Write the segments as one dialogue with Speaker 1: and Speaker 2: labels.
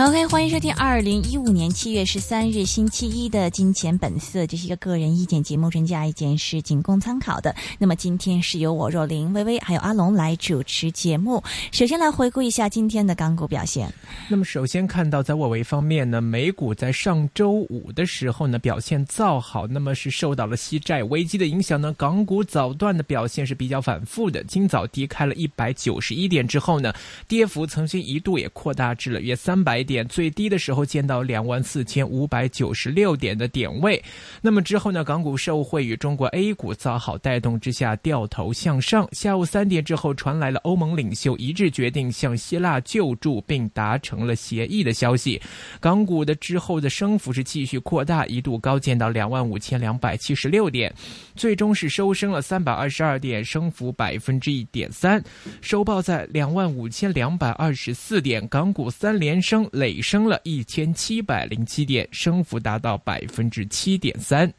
Speaker 1: OK，欢迎收听二零一五年七月十三日星期一的《金钱本色》，这是一个个人意见节目，专家意见是仅供参考的。那么今天是由我若琳、微微还有阿龙来主持节目。首先来回顾一下今天的港股表现。
Speaker 2: 那么首先看到在外围方面呢，美股在上周五的时候呢表现造好，那么是受到了西债危机的影响呢，港股早段的表现是比较反复的。今早低开了一百九十一点之后呢，跌幅曾经一度也扩大至了约三百点，最低的时候见到两万四千五百九十六点的点位。那么之后呢，港股受惠于中国 A 股造好带动之下掉头向上，下午三点之后传来了欧盟领袖一致决定向希腊救助并达成了协议的消息，港股的之后的升幅是继续扩大，一度高见到两万五千两百七十六点，最终是收升了三百二十二点，升幅百分之一点三，收报在两万五千两百二十四点，港股三连升，累升了一千七百零七点，升幅达到百分之七点三。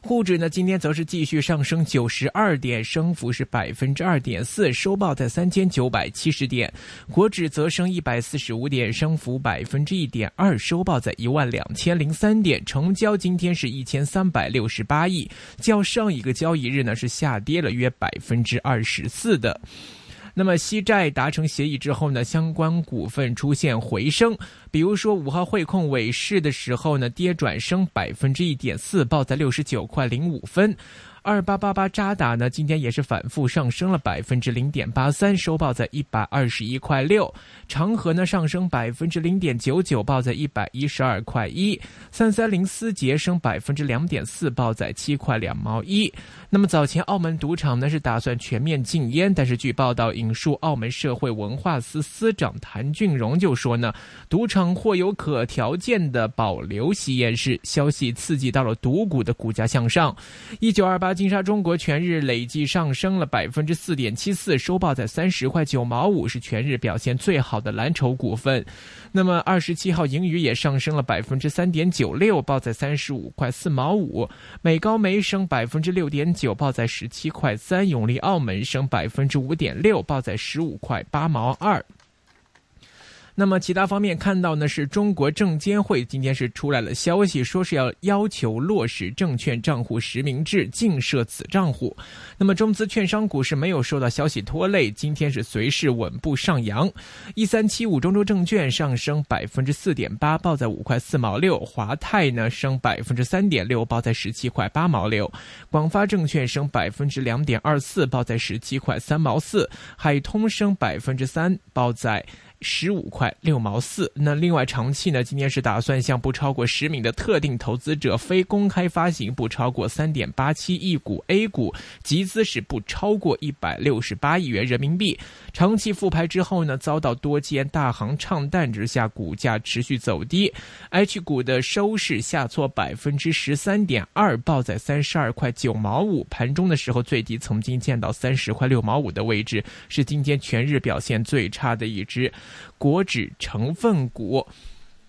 Speaker 2: 沪指呢，今天则是继续上升九十二点，升幅是百分之二点四，收报在三千九百七十点。国指则升一百四十五点，升幅百分之一点二，收报在一万两千零三点。成交今天是一千三百六十八亿，较上一个交易日呢是下跌了约百分之二十四的。那么西债达成协议之后呢，相关股份出现回升，比如说五号汇控尾市的时候呢，跌转升百分之一点四，报在六十九块零五分。二八八八渣打呢，今天也是反复上升了百分之零点八三，收报在一百二十一块六。长河呢上升百分之零点九九，报在一百一十二块一。三三零思捷升百分之两点四，报在七块两毛一。那么早前澳门赌场呢是打算全面禁烟，但是据报道引述澳门社会文化司司长谭俊荣就说呢，赌场或有可条件的保留吸烟室。消息刺激到了赌股的股价向上。一九二八。金沙中国全日累计上升了百分之四点七四，收报在三十块九毛五，是全日表现最好的蓝筹股份。那么二十七号盈余也上升了百分之三点九六，报在三十五块四毛五。美高梅升百分之六点九，报在十七块三。永利澳门升百分之五点六，报在十五块八毛二。那么其他方面看到呢，是中国证监会今天是出来了消息，说是要要求落实证券账户实名制，禁设子账户。那么中资券商股是没有受到消息拖累，今天是随市稳步上扬。一三七五中州证券上升百分之四点八，报在五块四毛六；华泰呢升百分之三点六，报在十七块八毛六；广发证券升百分之两点二四，报在十七块三毛四；海通升百分之三，报在。十五块六毛四。那另外，长期呢，今天是打算向不超过十名的特定投资者非公开发行不超过三点八七亿股 A 股，集资是不超过一百六十八亿元人民币。长期复牌之后呢，遭到多间大行唱淡之下，股价持续走低。H 股的收市下挫百分之十三点二，报在三十二块九毛五。盘中的时候最低曾经见到三十块六毛五的位置，是今天全日表现最差的一只。国指成分股。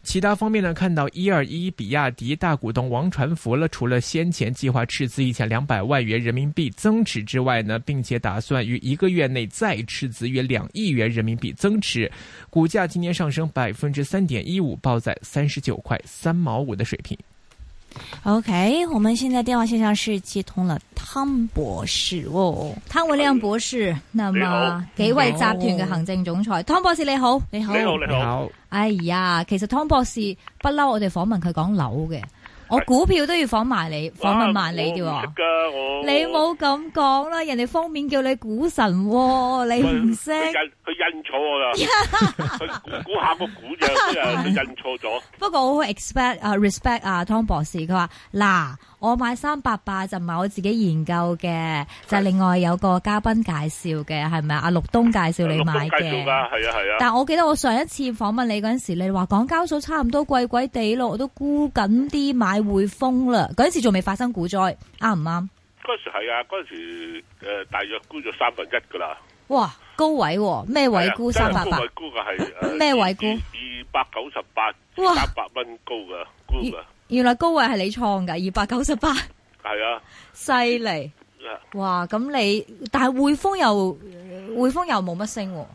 Speaker 2: 其他方面呢，看到一二一比亚迪大股东王传福了，除了先前计划斥资一千两百万元人民币增持之外呢，并且打算于一个月内再斥资约两亿元人民币增持，股价今天上升百分之三点一五，报在三十九块三毛五的水平。
Speaker 1: OK，我们现在电话线上是接通了汤博士哦，
Speaker 3: 汤永亮博士，那么幾位集團嘅行政總裁，湯博士你好，
Speaker 1: 你好，
Speaker 4: 你好，你好。
Speaker 3: 哎呀，其實湯博士不嬲，我哋訪問佢講樓嘅，我股票都要訪埋你，訪問埋你
Speaker 4: 哎哇
Speaker 3: 喎
Speaker 4: 我唔識。㗎我
Speaker 3: 你冇咁講啦，人哋封面叫你股神喎，你唔識
Speaker 4: 佢印佢印錯我啦，佢估估下個估啫，佢 又佢印錯咗。
Speaker 3: 不過我好 expect 啊 respect 啊湯博士，佢話嗱，我買三百八就唔係我自己研究嘅，就係另外有個嘉賓介紹嘅，係咪啊？阿陸東介紹你買
Speaker 4: 陸豐介紹
Speaker 3: 嘅。
Speaker 4: 㗎，係啊係啊。
Speaker 3: 但我記得我上一次訪問你嗰陣時，你話港交所差唔多貴貴地咯，我都沽緊啲買匯豐啦。嗰陣時仲未發生股災，啱唔啱？
Speaker 4: 嗰陣時係啊，嗰陣時誒大約沽咗三分一噶啦。
Speaker 3: 哇，高位喎、咩位沽
Speaker 4: 係啊
Speaker 3: 三百
Speaker 4: 真係
Speaker 3: 八
Speaker 4: 高？位沽嘅係誒
Speaker 3: 咩位沽
Speaker 4: 二百九十八，
Speaker 3: 哇
Speaker 4: 三百蚊高嘅沽嘅，
Speaker 3: 原來高位係你創㗎，二百九十八，
Speaker 4: 係啊。
Speaker 3: 犀利！哇，咁你但係匯豐又匯豐又冇乜升喎，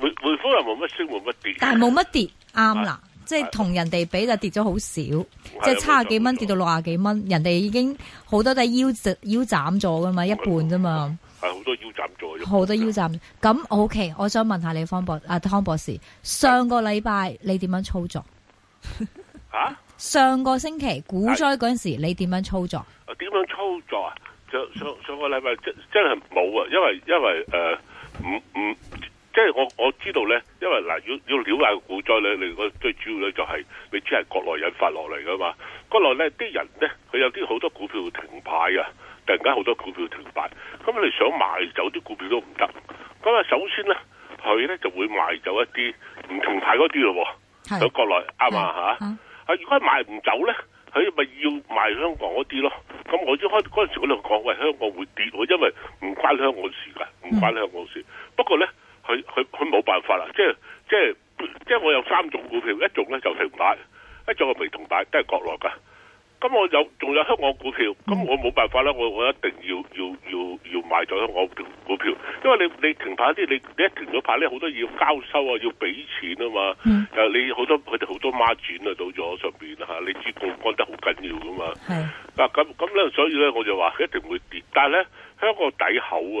Speaker 4: 匯匯豐又冇乜升冇乜跌，
Speaker 3: 但係冇乜跌，啱
Speaker 4: 啊
Speaker 3: 啦。即係同人哋比就跌咗好少，即係七十幾蚊跌到六十幾蚊，人哋已經好多都係腰斬腰斬咗噶嘛，一半啫嘛。
Speaker 4: 係好多腰斬咗，
Speaker 3: 好多腰站。咁 OK，我想問下你方博啊湯博士，上個禮拜你點樣操作？
Speaker 4: 吓、啊？
Speaker 3: 上個星期股災嗰阵时你點樣操作？
Speaker 4: 呃點樣操作啊？上上上個禮拜真真係冇啊，因為因為誒唔唔，即係我我知道咧，因為嗱要要了解個股災咧，你個最主要咧就係、你知係國內引發落嚟噶嘛，國內咧啲人咧佢有啲好多股票停牌啊，突然間好多股票停牌，咁你想賣走啲股票都唔得，咁啊首先咧佢咧就會賣走一啲唔停牌嗰啲咯喎。
Speaker 3: 係嗯
Speaker 4: 喺國內啱啊
Speaker 3: 係
Speaker 4: 嚇。啊，如果係賣唔走咧，佢咪要賣香港嗰啲咯。咁我一開嗰陣時我就講，喂，香港會跌喎，因為唔關香港事㗎，唔關香港事。不過咧，佢佢佢冇辦法啦，即係即係即係我有三種股票，一種咧就停牌，一種係未停牌，都係國內㗎。咁我有仲有香港股票，咁我冇辦法啦，我我一定要要要要買咗香港股票，因為你你停牌啲，你你一停咗牌咧，好多嘢要交收啊，要俾錢啊嘛，誒你好多佢哋好多孖展啊，到咗上邊嚇，你知槓桿得好緊要噶嘛，
Speaker 3: 係
Speaker 4: 嗱啊咁咁咧，所以咧我就話一定會跌，但係咧香港底口啊，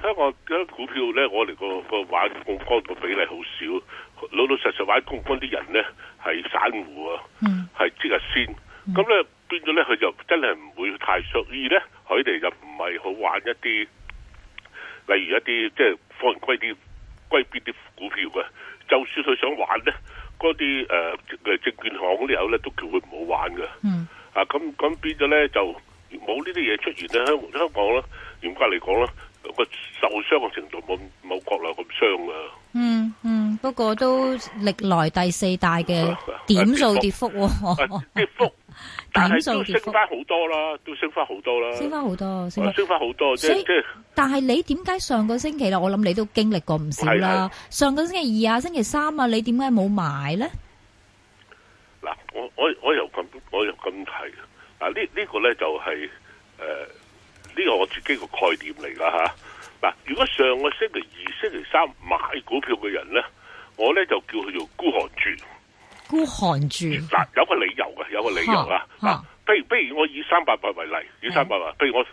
Speaker 4: 香港香港股票咧，我哋個個玩槓桿個比例好少，老老實實玩槓桿啲人咧係散戶啊，係即日先，咁咧變咗咧佢就真係唔會太熟，而咧佢哋就唔係好玩一啲。例如一啲即係方圓歸啲歸邊啲股票嘅，就算佢想玩咧，嗰啲誒誒證券行嗰啲友咧都叫佢唔好玩嘅。
Speaker 3: 嗯。
Speaker 4: 啊，咁咁變咗咧就冇呢啲嘢出現咧，香香港啦，嚴格嚟講啦，個受傷嘅程度冇冇國內咁傷啊。
Speaker 3: 嗯嗯，不過都歷來第四大嘅點數跌幅
Speaker 4: 啊
Speaker 3: 喎，
Speaker 4: 跌幅，但係
Speaker 3: 哦 點數
Speaker 4: 都
Speaker 3: 跌
Speaker 4: 升
Speaker 3: 幅
Speaker 4: 翻好多啦，都升翻好多啦，
Speaker 3: 升翻好多，升
Speaker 4: 啊
Speaker 3: 翻。
Speaker 4: 升翻好多，即
Speaker 3: 所以
Speaker 4: 即係
Speaker 3: 但係你點解上個星期啦？我諗你都經歷過唔少啦。上個星期二啊，星期三啊，你點解冇買咧？
Speaker 4: 嗱，我我我又咁我又咁睇，嗱呢呢個咧就係誒呢個我自己個概念嚟㗎吓。嗱，如果上個星期二、星期三買股票嘅人咧，我咧就叫佢做孤寒住。
Speaker 3: 孤寒住，
Speaker 4: 嗱，有個理由嘅，有個理由啊。
Speaker 3: 嚇嗯
Speaker 4: 嗱，譬如譬如我以三百八為例，以三百八，譬如我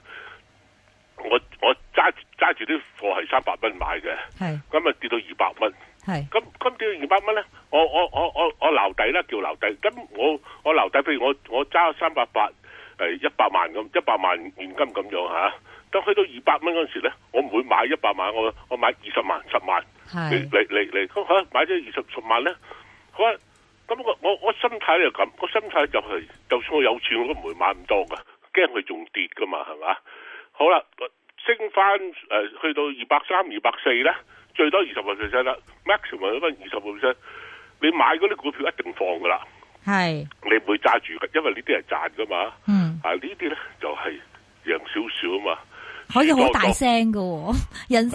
Speaker 4: 我我揸揸住啲貨係三百蚊買嘅，
Speaker 3: 係
Speaker 4: 咁啊跌到二百蚊。
Speaker 3: 係
Speaker 4: 咁咁跌到二百蚊咧，我我我我我留底啦，叫留底。咁我我留底，譬如我我揸三百八，誒一百萬咁，一百萬現金咁樣嚇。當去到二百蚊嗰陣時咧，我唔會買一百萬，我我買二十萬、十萬嚟
Speaker 3: 係
Speaker 4: 嚟嚟嚟。咁可能買咗二十十萬咧，好啊。咁我我我心態就咁，我心態就係、就算我有錢，我都唔會買咁多噶，驚佢仲跌噶嘛，係嘛？好啦，升翻誒、呃去到二百三、二百四咧，最多二十個 percent 啦，maximum 一二十個 percent。你買嗰啲股票一定放噶啦，
Speaker 3: 係，
Speaker 4: 你唔會揸住嘅，因為呢啲係賺噶嘛。
Speaker 3: 嗯。
Speaker 4: 啊，呢啲咧就係、贏少少啊嘛。
Speaker 3: 可以好大聲噶、喎，人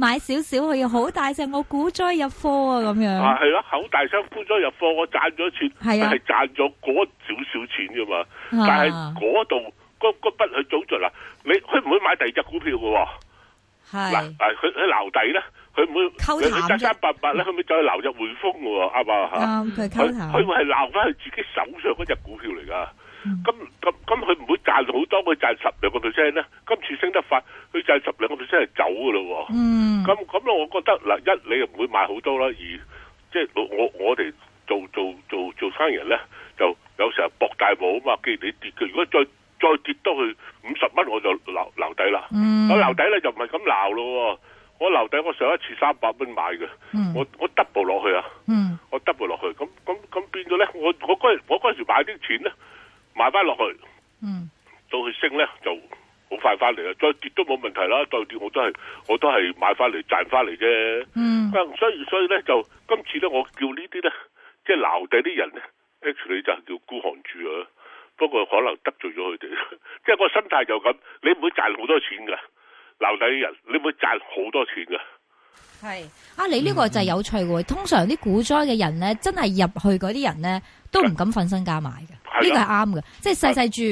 Speaker 3: 買少少可以好大聲，我股災入科啊咁
Speaker 4: 啊，
Speaker 3: 樣，
Speaker 4: 係啦，好大聲沽咗入貨，我賺咗錢，
Speaker 3: 係啊
Speaker 4: 係賺咗嗰少少錢啫嘛。
Speaker 3: 啊
Speaker 4: 但係嗰度嗰嗰筆佢早盡啦，你佢唔會買第二隻股票嘅喎。
Speaker 3: 係
Speaker 4: 嗱，嗱佢佢留底咧，佢唔會
Speaker 3: 溝
Speaker 4: 佢
Speaker 3: 淡啫
Speaker 4: 佢揸三八八咧，佢咪再留入匯豐嘅喎，啱唔啱啊
Speaker 3: 啱佢
Speaker 4: 佢
Speaker 3: 溝
Speaker 4: 佢
Speaker 3: 頭，
Speaker 4: 會係鬧翻佢自己手上嗰只股票嚟㗎。
Speaker 3: 嗯
Speaker 4: 咁咁咁，佢唔會賺好多，佢賺十兩個 percent 咧。今次升得快，佢賺十兩個 percent 係走㗎咯喎。
Speaker 3: 嗯，
Speaker 4: 咁咁咧，我覺得嗱，一你又唔會買好多啦，二即係我我我哋做做做做生意人咧，就有時候搏大霧啊嘛。既然你跌嘅，如果再再跌多去五十蚊，我就留留底啦。
Speaker 3: 嗯
Speaker 4: 我留底咧就唔係咁鬧咯喎。我留底，我上一次三百蚊買嘅，
Speaker 3: 嗯
Speaker 4: 我我 double 落去啊，
Speaker 3: 嗯
Speaker 4: 我 double 落去，咁咁咁變咗咧，我我嗰日我嗰陣時買啲錢咧，買翻落去。
Speaker 3: 嗯，
Speaker 4: 到佢升咧就好快翻嚟啦，再跌都冇問題啦，再跌我都係我都係買翻嚟賺翻嚟啫。
Speaker 3: 嗯
Speaker 4: 咁所以所以咧就今次咧我叫呢啲咧即係撈底啲人咧，actually 就係叫孤寒住啊。不過可能得罪咗佢哋，即係個心態就咁，你唔會賺好多錢㗎。留底人，你唔會賺好多錢㗎。
Speaker 3: 系啊，你呢個就係有趣
Speaker 4: 嗯
Speaker 3: 喎。通常啲股災嘅人咧，真係入去嗰啲人咧，都唔敢瞓身家買嘅。呢個
Speaker 4: 係
Speaker 3: 係
Speaker 4: 啦
Speaker 3: 啱嘅，即係細細住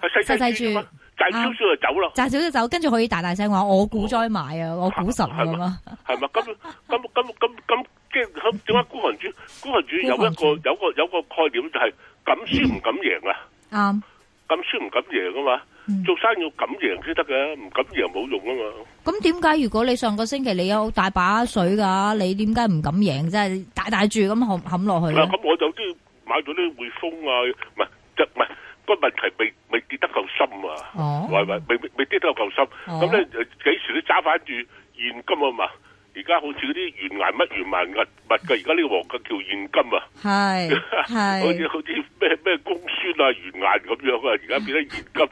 Speaker 4: 係細
Speaker 3: 細
Speaker 4: 細
Speaker 3: 細
Speaker 4: 住㗎啊嘛
Speaker 3: 住，
Speaker 4: 賺少少就走啦。
Speaker 3: 賺少少走，跟住可以大大聲話我股災買啊，我股神咁啊。
Speaker 4: 係咪？咁咁咁咁咁，即係咁點解孤寒主孤寒主有一個
Speaker 3: 孤寒
Speaker 4: 有個有個概念就係敢輸唔敢贏啊！
Speaker 3: 啱，
Speaker 4: 敢輸唔敢贏啊嘛
Speaker 3: 嗯，
Speaker 4: 做生意要敢贏先得嘅，唔敢贏冇用啊嘛。
Speaker 3: 咁點解如果你上個星期你有大把水㗎，你點解唔敢贏？真係大大住咁冚冚落去
Speaker 4: 嗱，
Speaker 3: 咧？
Speaker 4: 咁我就啲買咗啲匯豐啊，唔係即係唔係個問題未未跌得夠深啊，
Speaker 3: 哦，
Speaker 4: 喂喂，未未未跌得夠深，
Speaker 3: 哦
Speaker 4: 咁咧誒幾時都揸翻住現金啊嘛。而家好似嗰啲懸崖乜懸崖物物嘅，而家呢個黃金叫現金啊，
Speaker 3: 係
Speaker 4: 好似
Speaker 3: 係
Speaker 4: 好似咩咩公孫啊懸崖咁樣啊，而家變咗現 金，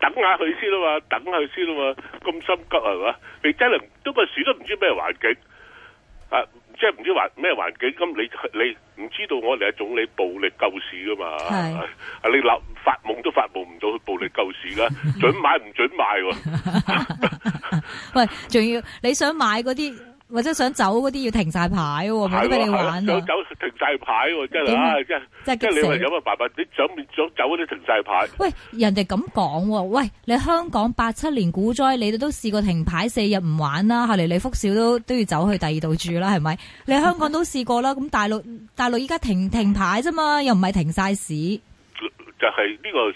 Speaker 4: 等等下佢先啊嘛，等下佢先啊嘛，咁心急係嘛？你真係都個市都唔知咩環境。啊，即係唔知環咩環境，咁你你唔知道我哋係總理暴力救市噶嘛？
Speaker 3: 係
Speaker 4: 啊，你立發夢都發夢唔到佢暴力救市 啦，準買唔準賣喎？
Speaker 3: 喂，仲要你想買嗰啲或者想走嗰啲要停晒牌喎， 冇得俾你玩
Speaker 4: 想
Speaker 3: 啊！
Speaker 4: 走停晒牌喎，真係
Speaker 3: 點啊
Speaker 4: 啊，真係
Speaker 3: 真係
Speaker 4: 真係
Speaker 3: 激
Speaker 4: 你
Speaker 3: 死
Speaker 4: 話有乜辦法？你想想走嗰啲停晒牌，
Speaker 3: 喂，人哋咁講喎，喂，你香港八七年股災，你哋都試過停牌四日唔玩啦，後嚟你福少都都要走去第二度住啦，係咪？ 你香港都試過啦，咁大陸大陸依家停停牌啫嘛，又唔係停晒市，
Speaker 4: 就係呢個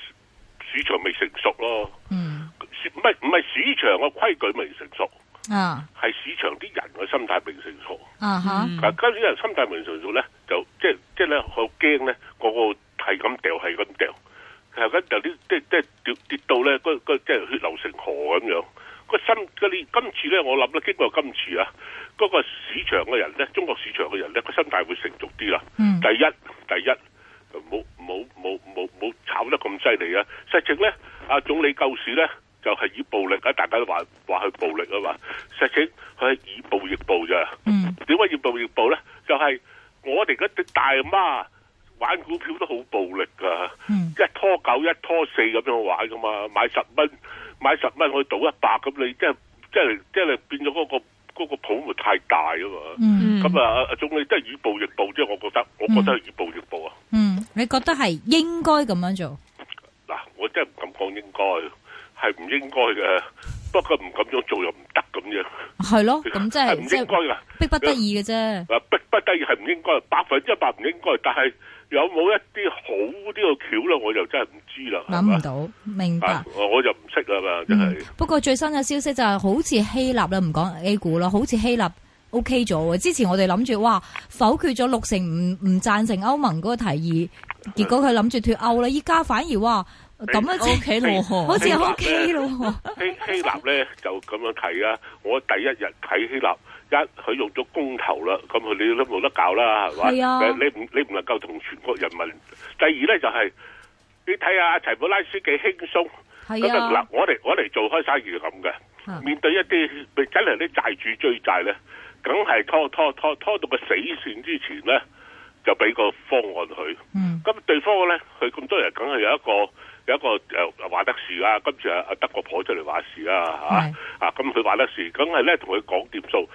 Speaker 4: 市場未成熟咯。
Speaker 3: 嗯
Speaker 4: 市唔係唔係市場嘅規矩未成熟，
Speaker 3: 啊
Speaker 4: 係市場啲人嘅心態未成熟。
Speaker 3: 啊吓，
Speaker 4: 嗱，跟住人心態明常做咧，就即係即係咧，好驚咧，個個係咁掉，係咁掉，係咁掉啲即係即係跌跌到咧，個個即係血流成河咁樣。個心嗰啲今次咧，我諗咧，經過今次啊，嗰、個市場嘅人咧，中國市場嘅人咧，個心態會成熟啲啦。
Speaker 3: 嗯
Speaker 4: 第一，第一，冇冇冇冇冇炒得咁犀利啊！實情咧，阿總理救市咧，就係、以暴力啊，大家都話話佢暴力啊嘛。實情佢係以暴易暴咋。
Speaker 3: 嗯
Speaker 4: 點解要暴力暴咧？就係、我哋嗰啲大媽玩股票都好暴力噶，
Speaker 3: 嗯
Speaker 4: 一拖九一拖四咁樣玩噶嘛，買十蚊買十蚊可以賭一百，咁你即係即係即係變咗嗰、個嗰、個泡沫太大啊嘛。
Speaker 3: 嗯
Speaker 4: 咁啊，阿總理真係以暴易暴，即係我覺得，我覺得係以暴易暴啊！
Speaker 3: 嗯，你覺得係應該咁樣做？
Speaker 4: 嗱，我真係唔敢講應該，係唔應該嘅。不過唔咁樣做又唔得咁樣，
Speaker 3: 係咯，咁即
Speaker 4: 係唔
Speaker 3: 係即
Speaker 4: 應該
Speaker 3: 係
Speaker 4: 㗎。
Speaker 3: 逼不得已嘅啫。
Speaker 4: 啊，逼不得已係唔應該，百分之一百唔應該，但係有冇一啲好啲嘅橋咧，我就真係唔知啦，係
Speaker 3: 諗
Speaker 4: 嘛
Speaker 3: 唔到，明白
Speaker 4: 啊。，我我就唔識啦嘛，真
Speaker 3: 嗯
Speaker 4: 係。，
Speaker 3: 不過最新嘅消息就係好似希臘啦，唔講 A 股啦，好似希臘 O K 咗喎。之前我哋諗住哇否決咗六成唔唔贊成歐盟嗰個提議，結果佢諗住脱歐啦，依家反而哇咁樣
Speaker 1: ，O
Speaker 3: 即
Speaker 1: K 咯喎，
Speaker 3: 好似
Speaker 4: 希臘
Speaker 3: O K 咯 喎。
Speaker 4: 希希臘咧就咁樣睇啊！我第一日睇希臘，一佢用咗公投啦，咁佢你都冇得搞啦，係嘛？
Speaker 3: 係啊
Speaker 4: 你你唔你唔能夠同全國人民。第二咧就係、你睇下齊普拉斯幾輕鬆，
Speaker 3: 係
Speaker 4: 咁啊嗱
Speaker 3: 啊，，
Speaker 4: 我哋我哋做開生意係咁嘅。
Speaker 3: 啊
Speaker 4: 面對一啲咪真係啲債主追債咧，梗係拖拖拖拖到個死線之前咧，就俾個方案佢。
Speaker 3: 嗯
Speaker 4: 咁對方咧，佢咁多人梗係有一個有一個誒話得事啦，今次阿阿德國婆出嚟話事啦
Speaker 3: 係
Speaker 4: 嚇，啊咁佢話得事，梗係咧同佢講掂數，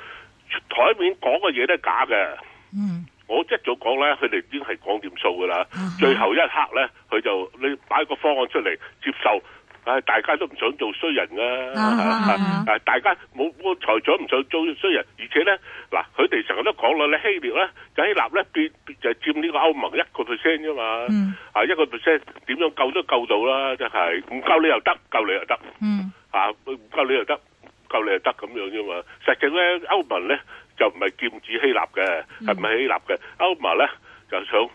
Speaker 4: 台面講嘅嘢都係假嘅。
Speaker 3: 嗯
Speaker 4: 我一早講咧，佢哋已經係講掂數噶啦
Speaker 3: 啊。
Speaker 4: 最後一刻咧，佢就你擺個方案出嚟接受，唉，大家都唔想做衰人啦
Speaker 3: 啊哈啊哈，
Speaker 4: 啊大家冇冇財長唔想做衰人，而且咧嗱，佢哋成日都講啦，你希臘咧就希臘咧變就佔呢個歐盟一個 percent 啫嘛，
Speaker 3: 嗯
Speaker 4: 啊一個 percent 點樣救都救到啦，即係唔救你又得，救你又得。
Speaker 3: 嗯
Speaker 4: 啊，唔夠你又得，唔夠你又得咁樣啫嘛。實際咧，歐盟咧就唔係劍指希臘嘅，係唔係希臘嘅？歐盟咧就想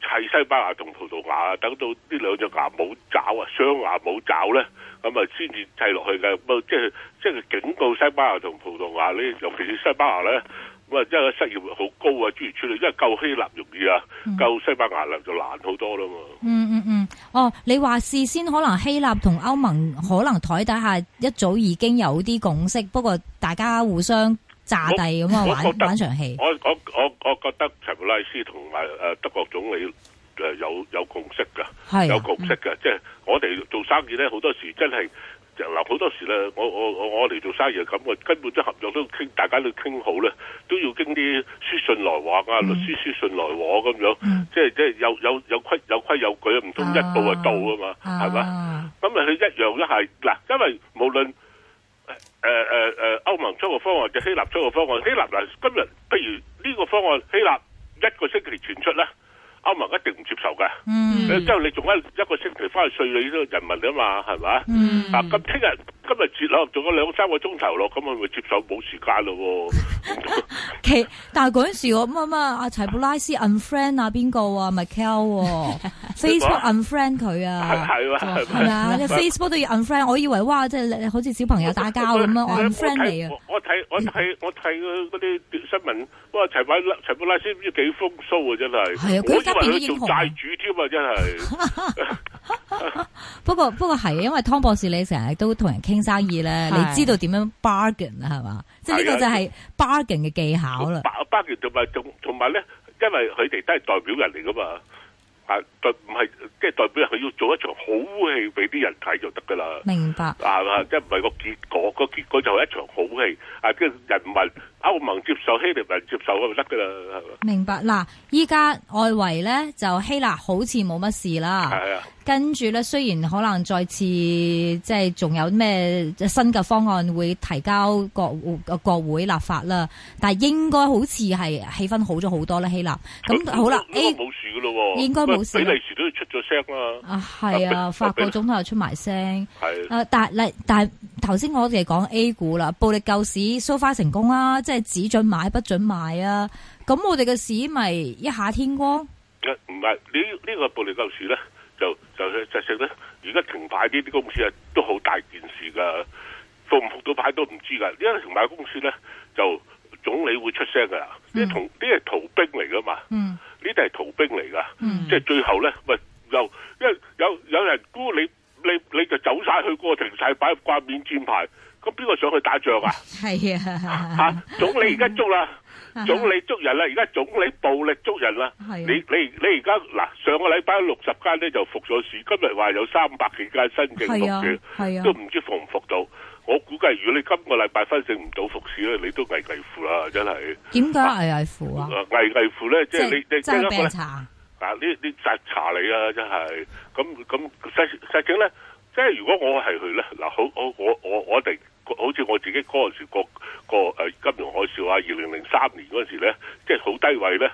Speaker 4: 砌西班牙同葡萄牙，等到呢兩隻牙冇爪啊，雙牙冇爪咧，咁啊先至砌落去嘅。咁啊，即係即係警告西班牙同葡萄牙咧，尤其是西班牙咧。咁啊，即係失業率好高啊，諸如此類，因為救希臘容易啊，救西班牙咧就難好多啦嘛。
Speaker 3: 嗯嗯嗯，哦，你話事先可能希臘同歐盟可能台底下一早已經有啲共識，不過大家互相炸地咁啊
Speaker 4: 我
Speaker 3: 玩
Speaker 4: 覺得
Speaker 3: 玩場戲。
Speaker 4: 呃我我我我覺得陳普拉斯同埋誒德國總理誒有有共識㗎。
Speaker 3: 係
Speaker 4: 有
Speaker 3: 啊，
Speaker 4: 共識嘅，即係我哋做生意咧，好多時真係嗱，好多時咧，我我我我哋做生意係咁嘅，根本啲合約都傾，大家都傾好咧，都要經啲書信來往啊，律師書信來往咁樣，即係即係有有有規有規有矩，唔通一到就到啊嘛，係咪、
Speaker 3: 啊
Speaker 4: 咁咪佢一樣都係嗱，因為無論誒誒誒歐盟出個方案或者希臘出個方案，希臘嗱今日譬如呢個方案，希臘一個星期前出咧，歐盟一定唔接受嘅。
Speaker 3: 嗯
Speaker 4: 你之後你仲一一個星期翻去稅你呢個人民啊嘛，係咪？
Speaker 3: 嗯
Speaker 4: 啊，咁聽日今日節落仲有兩三個鐘頭咯，咁佢咪接受冇時間咯喎。
Speaker 3: 其但係嗰陣時我乜乜阿齊布拉斯 unfriend 啊邊個啊 Michael 喎 Facebook unfriend 佢
Speaker 4: 係
Speaker 3: 啊。
Speaker 4: 係嘛係
Speaker 3: 係咪
Speaker 4: 咪？
Speaker 3: 啊？你 Facebook 都要 unfriend，我以為哇，即係你好似小朋友打交咁 樣，我 unfriend 你啊！
Speaker 4: 我我睇我睇我睇嗰啲新聞，哇！齊馬拉齊布拉斯唔知幾風騷啊，真係。
Speaker 3: 係啊佢
Speaker 4: 我
Speaker 3: 而家
Speaker 4: 以為
Speaker 3: 變咗英雄
Speaker 4: 佢做
Speaker 3: 啊
Speaker 4: 債主添啊，真係。
Speaker 3: 不過不過係，因為湯博士你成日都同人傾生意 咧，
Speaker 1: 係
Speaker 3: 你知道點樣 bargain 啊，係嘛？即係呢個就係啊 bargain 嘅技巧 啦。
Speaker 4: 巴巴同埋同同埋咧，因為佢哋都係代表人嚟噶嘛，啊代唔係即係代表人，佢要做一場好戲俾啲人睇就得噶啦。
Speaker 3: 明白，
Speaker 4: 啊，即係唔係個結果，個結果就係一場好戲，啊，跟住人民歐盟接受，希臘人接受咁就得噶啦，係嘛？
Speaker 3: 明白。嗱，依家外圍咧就希臘好似冇乜事啦，
Speaker 4: 係啊，
Speaker 3: 跟住咧雖然可能再次即係仲有咩新嘅方案會提交國會國會立法啦，但係應該好似係氣氛好咗好多啦，希臘。咁好啦
Speaker 4: 呢個
Speaker 3: ，A
Speaker 4: 冇事噶咯喎，
Speaker 3: 應該冇事啦
Speaker 4: 比利時都出咗聲啦，
Speaker 3: 啊係 啊，法國總統又出埋聲。
Speaker 4: 係
Speaker 3: 誒，但係但係頭先我哋講 A 股啦，暴力救市 so far 成功啦，即係只准買不准賣啊！咁我哋嘅市咪一下天光，
Speaker 4: 唔係呢呢個暴力救市咧，就就就實咧，而家停牌呢啲公司啊，都好大件事噶，復唔復到牌都唔知噶，因為停牌公司咧就總理會出聲噶啦，呢啲同呢啲係逃兵嚟噶嘛。
Speaker 3: 嗯
Speaker 4: 呢啲係逃兵嚟噶，
Speaker 3: 嗯
Speaker 4: 即係最後咧，喂，又因為有有人估你你你就走晒去嗰個停晒擺掛免戰牌，咁邊個想去打仗啊？
Speaker 3: 係
Speaker 4: 嚇、
Speaker 3: 啊，
Speaker 4: 總理而家捉啦，總理捉人啦，而家總理暴力捉人啦。
Speaker 3: 係啊
Speaker 4: 你你你而家嗱，上個禮拜六十間咧就復咗市，今日話有三百幾間新嘅復
Speaker 3: 係啊
Speaker 4: 嘅，
Speaker 3: 係啊
Speaker 4: 都唔知復唔復到。我估計如果你今個禮拜分勝唔到復市咧，你都危危乎啦，真係。
Speaker 3: 點解危危乎啊？
Speaker 4: 啊危危乎咧，即
Speaker 3: 即
Speaker 4: 係你你
Speaker 3: 係
Speaker 4: 即
Speaker 3: 真係
Speaker 4: 係一個
Speaker 3: 病
Speaker 4: 呢
Speaker 3: 查，
Speaker 4: 嗱，呢呢摘查你啊，真係咁咁實實情咧，即係如果我係佢咧，嗱，好好我我我哋好似我自己嗰陣時個個誒金融海嘯啊，二零零三年嗰陣時咧，即係好低位咧，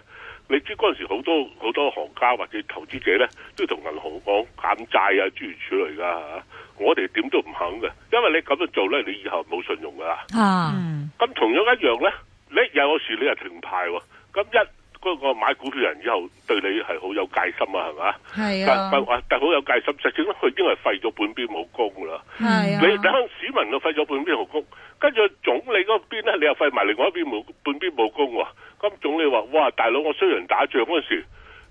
Speaker 4: 你知嗰陣時好多好多行家或者投資者咧，都同銀行講減債啊諸如此類㗎嚇，我哋點都唔肯嘅，因為你咁樣做咧，你以後冇信用㗎啦。
Speaker 3: 啊，
Speaker 1: 嗯
Speaker 4: 咁同樣一樣咧，你有時你又停牌喎，咁一嗰、個買股票人以後對你係好有戒心啊，係嘛？
Speaker 5: 係
Speaker 4: 但
Speaker 5: 啊，
Speaker 4: 但但好有戒心，實情咧佢已經係廢咗半邊武功㗎啦。
Speaker 5: 係
Speaker 4: 你你
Speaker 5: 啊，
Speaker 4: 向市民度廢咗半邊武功，跟住總理嗰邊咧，你又廢埋另外一邊武半邊武功喎。咁總理話：哇，大佬，我雖然打仗嗰時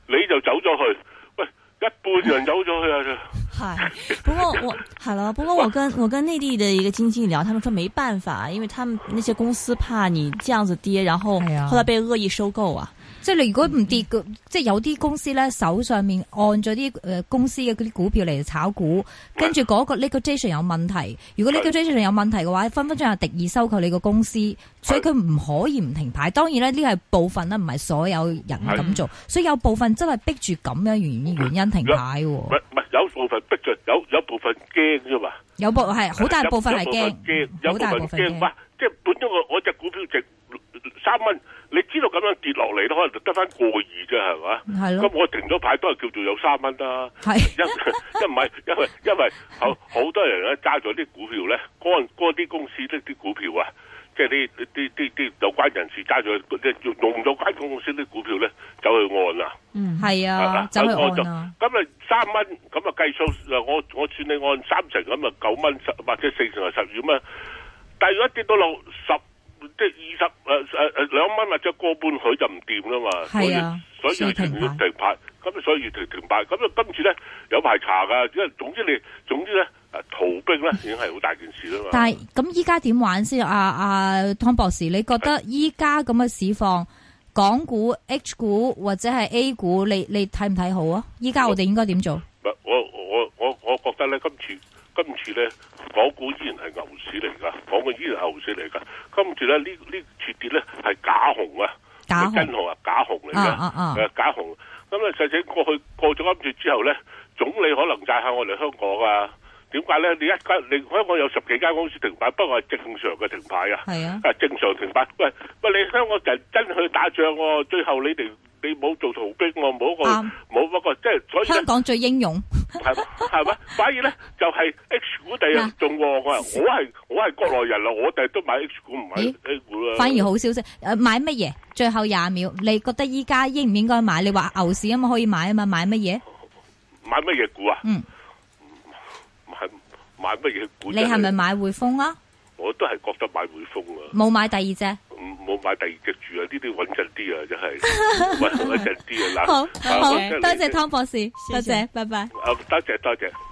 Speaker 4: 你就走咗去，喂，一半人走咗去啊！
Speaker 1: 嗨，不过我好了，不过我跟我跟内地的一个经纪聊，他们说没办法，因为他们那些公司怕你这样子跌，然后
Speaker 3: 哎呀
Speaker 1: 后来被恶意收购啊。
Speaker 3: 即係你如果唔跌嘅，即係有啲公司咧手上面按咗啲誒公司嘅嗰啲股票嚟炒股，跟住嗰個 liquidation 有問題，如果 liquidation 有問題嘅話，分分鐘有敵意收購你個公司，所以佢唔可以唔停牌。當然咧，呢個係部分啦，唔係所有人咁做，所以有部分真係逼住咁樣原原因停牌喎。
Speaker 4: 唔係唔係，有部分逼著，有有部分驚啫嘛。
Speaker 3: 有部係好大部分係驚，
Speaker 4: 有
Speaker 3: 好
Speaker 4: 部分
Speaker 3: 大部分
Speaker 4: 驚，
Speaker 3: 驚
Speaker 4: 哇！即係本咗我我只股票值三蚊，你知道咁樣跌落嚟都可能得翻個二啫，係嘛？
Speaker 3: 係
Speaker 4: 咁
Speaker 3: 咯，
Speaker 4: 我停咗牌都係叫做有三蚊啦，
Speaker 3: 係
Speaker 4: 因 因唔係因為因為好好多人咧揸咗啲股票咧，嗰嗰啲公司呢啲股票啊，即係啲啲啲啲有關人士揸咗即係用咗間公司啲股票咧，走去按啊。
Speaker 1: 嗯，
Speaker 3: 係啊，走去按啊，
Speaker 4: 咁啊三蚊，咁啊計數，嗱我我算你按三成，咁啊九蚊十或者四成啊係十二蚊。但係如果跌到落十，即係二十誒誒誒兩蚊或者個半，佢就唔掂啦嘛。所以
Speaker 3: 係啊
Speaker 4: 所以
Speaker 3: 所以停
Speaker 4: 停
Speaker 3: 牌
Speaker 4: 停牌，咁啊所以停停牌，咁啊今次咧有排查㗎，因為總之你總之咧誒逃兵咧已經係好大件事啦嘛。
Speaker 3: 但係咁依家點玩先啊？啊，湯博士，你覺得依家咁嘅市況港股、H 股或者係 A 股，你你睇唔睇好啊？依家我哋應該點做？
Speaker 4: 唔我我我我覺得咧，今次今次咧，港股依然係牛市嚟㗎，港股依然係牛市嚟㗎。今次咧呢呢次跌咧係假熊啊，
Speaker 3: 假
Speaker 4: 唔係真
Speaker 3: 熊
Speaker 4: 熊啊，假熊嚟
Speaker 3: 啊
Speaker 4: 㗎，
Speaker 3: 啊啊
Speaker 4: 誒假熊。咁咧實際過去過咗今次之後咧，總理可能債下我哋香港啊。點解咧？你一間你香港有十幾間公司停牌，不過係正常嘅停牌啊。
Speaker 3: 係啊，
Speaker 4: 啊，正常停牌。喂喂，你香港就真去打仗喎、最後你哋你冇做逃兵喎、冇一個
Speaker 3: 啱
Speaker 4: 冇一個，即係所以呢
Speaker 3: 香港最英勇。
Speaker 4: 係係咪？反而咧就係、H 股第日仲喎，我係我係我係國內人啦，我第日都買 H 股唔買
Speaker 3: 咦
Speaker 4: A 股啦。
Speaker 3: 反而好消息，誒買乜嘢？最後廿秒，你覺得依家應唔應該買？你話牛市啊嘛，可以買啊嘛，買乜嘢？
Speaker 4: 買乜嘢股啊？
Speaker 3: 嗯，
Speaker 4: 買買乜嘢股啫？
Speaker 3: 你係咪買匯豐啊？
Speaker 4: 我都係覺得買匯豐啊，
Speaker 3: 冇買第二隻。
Speaker 4: 唔冇買第二隻住啊，呢啲穩陣啲啊，真 係穩穩陣啲啊嗱。
Speaker 3: 好
Speaker 4: 啊
Speaker 3: 好，
Speaker 4: 我真係
Speaker 3: 多謝湯博士，
Speaker 1: 謝
Speaker 3: 多
Speaker 1: 謝
Speaker 3: 謝，拜拜。
Speaker 4: 啊，多謝多謝。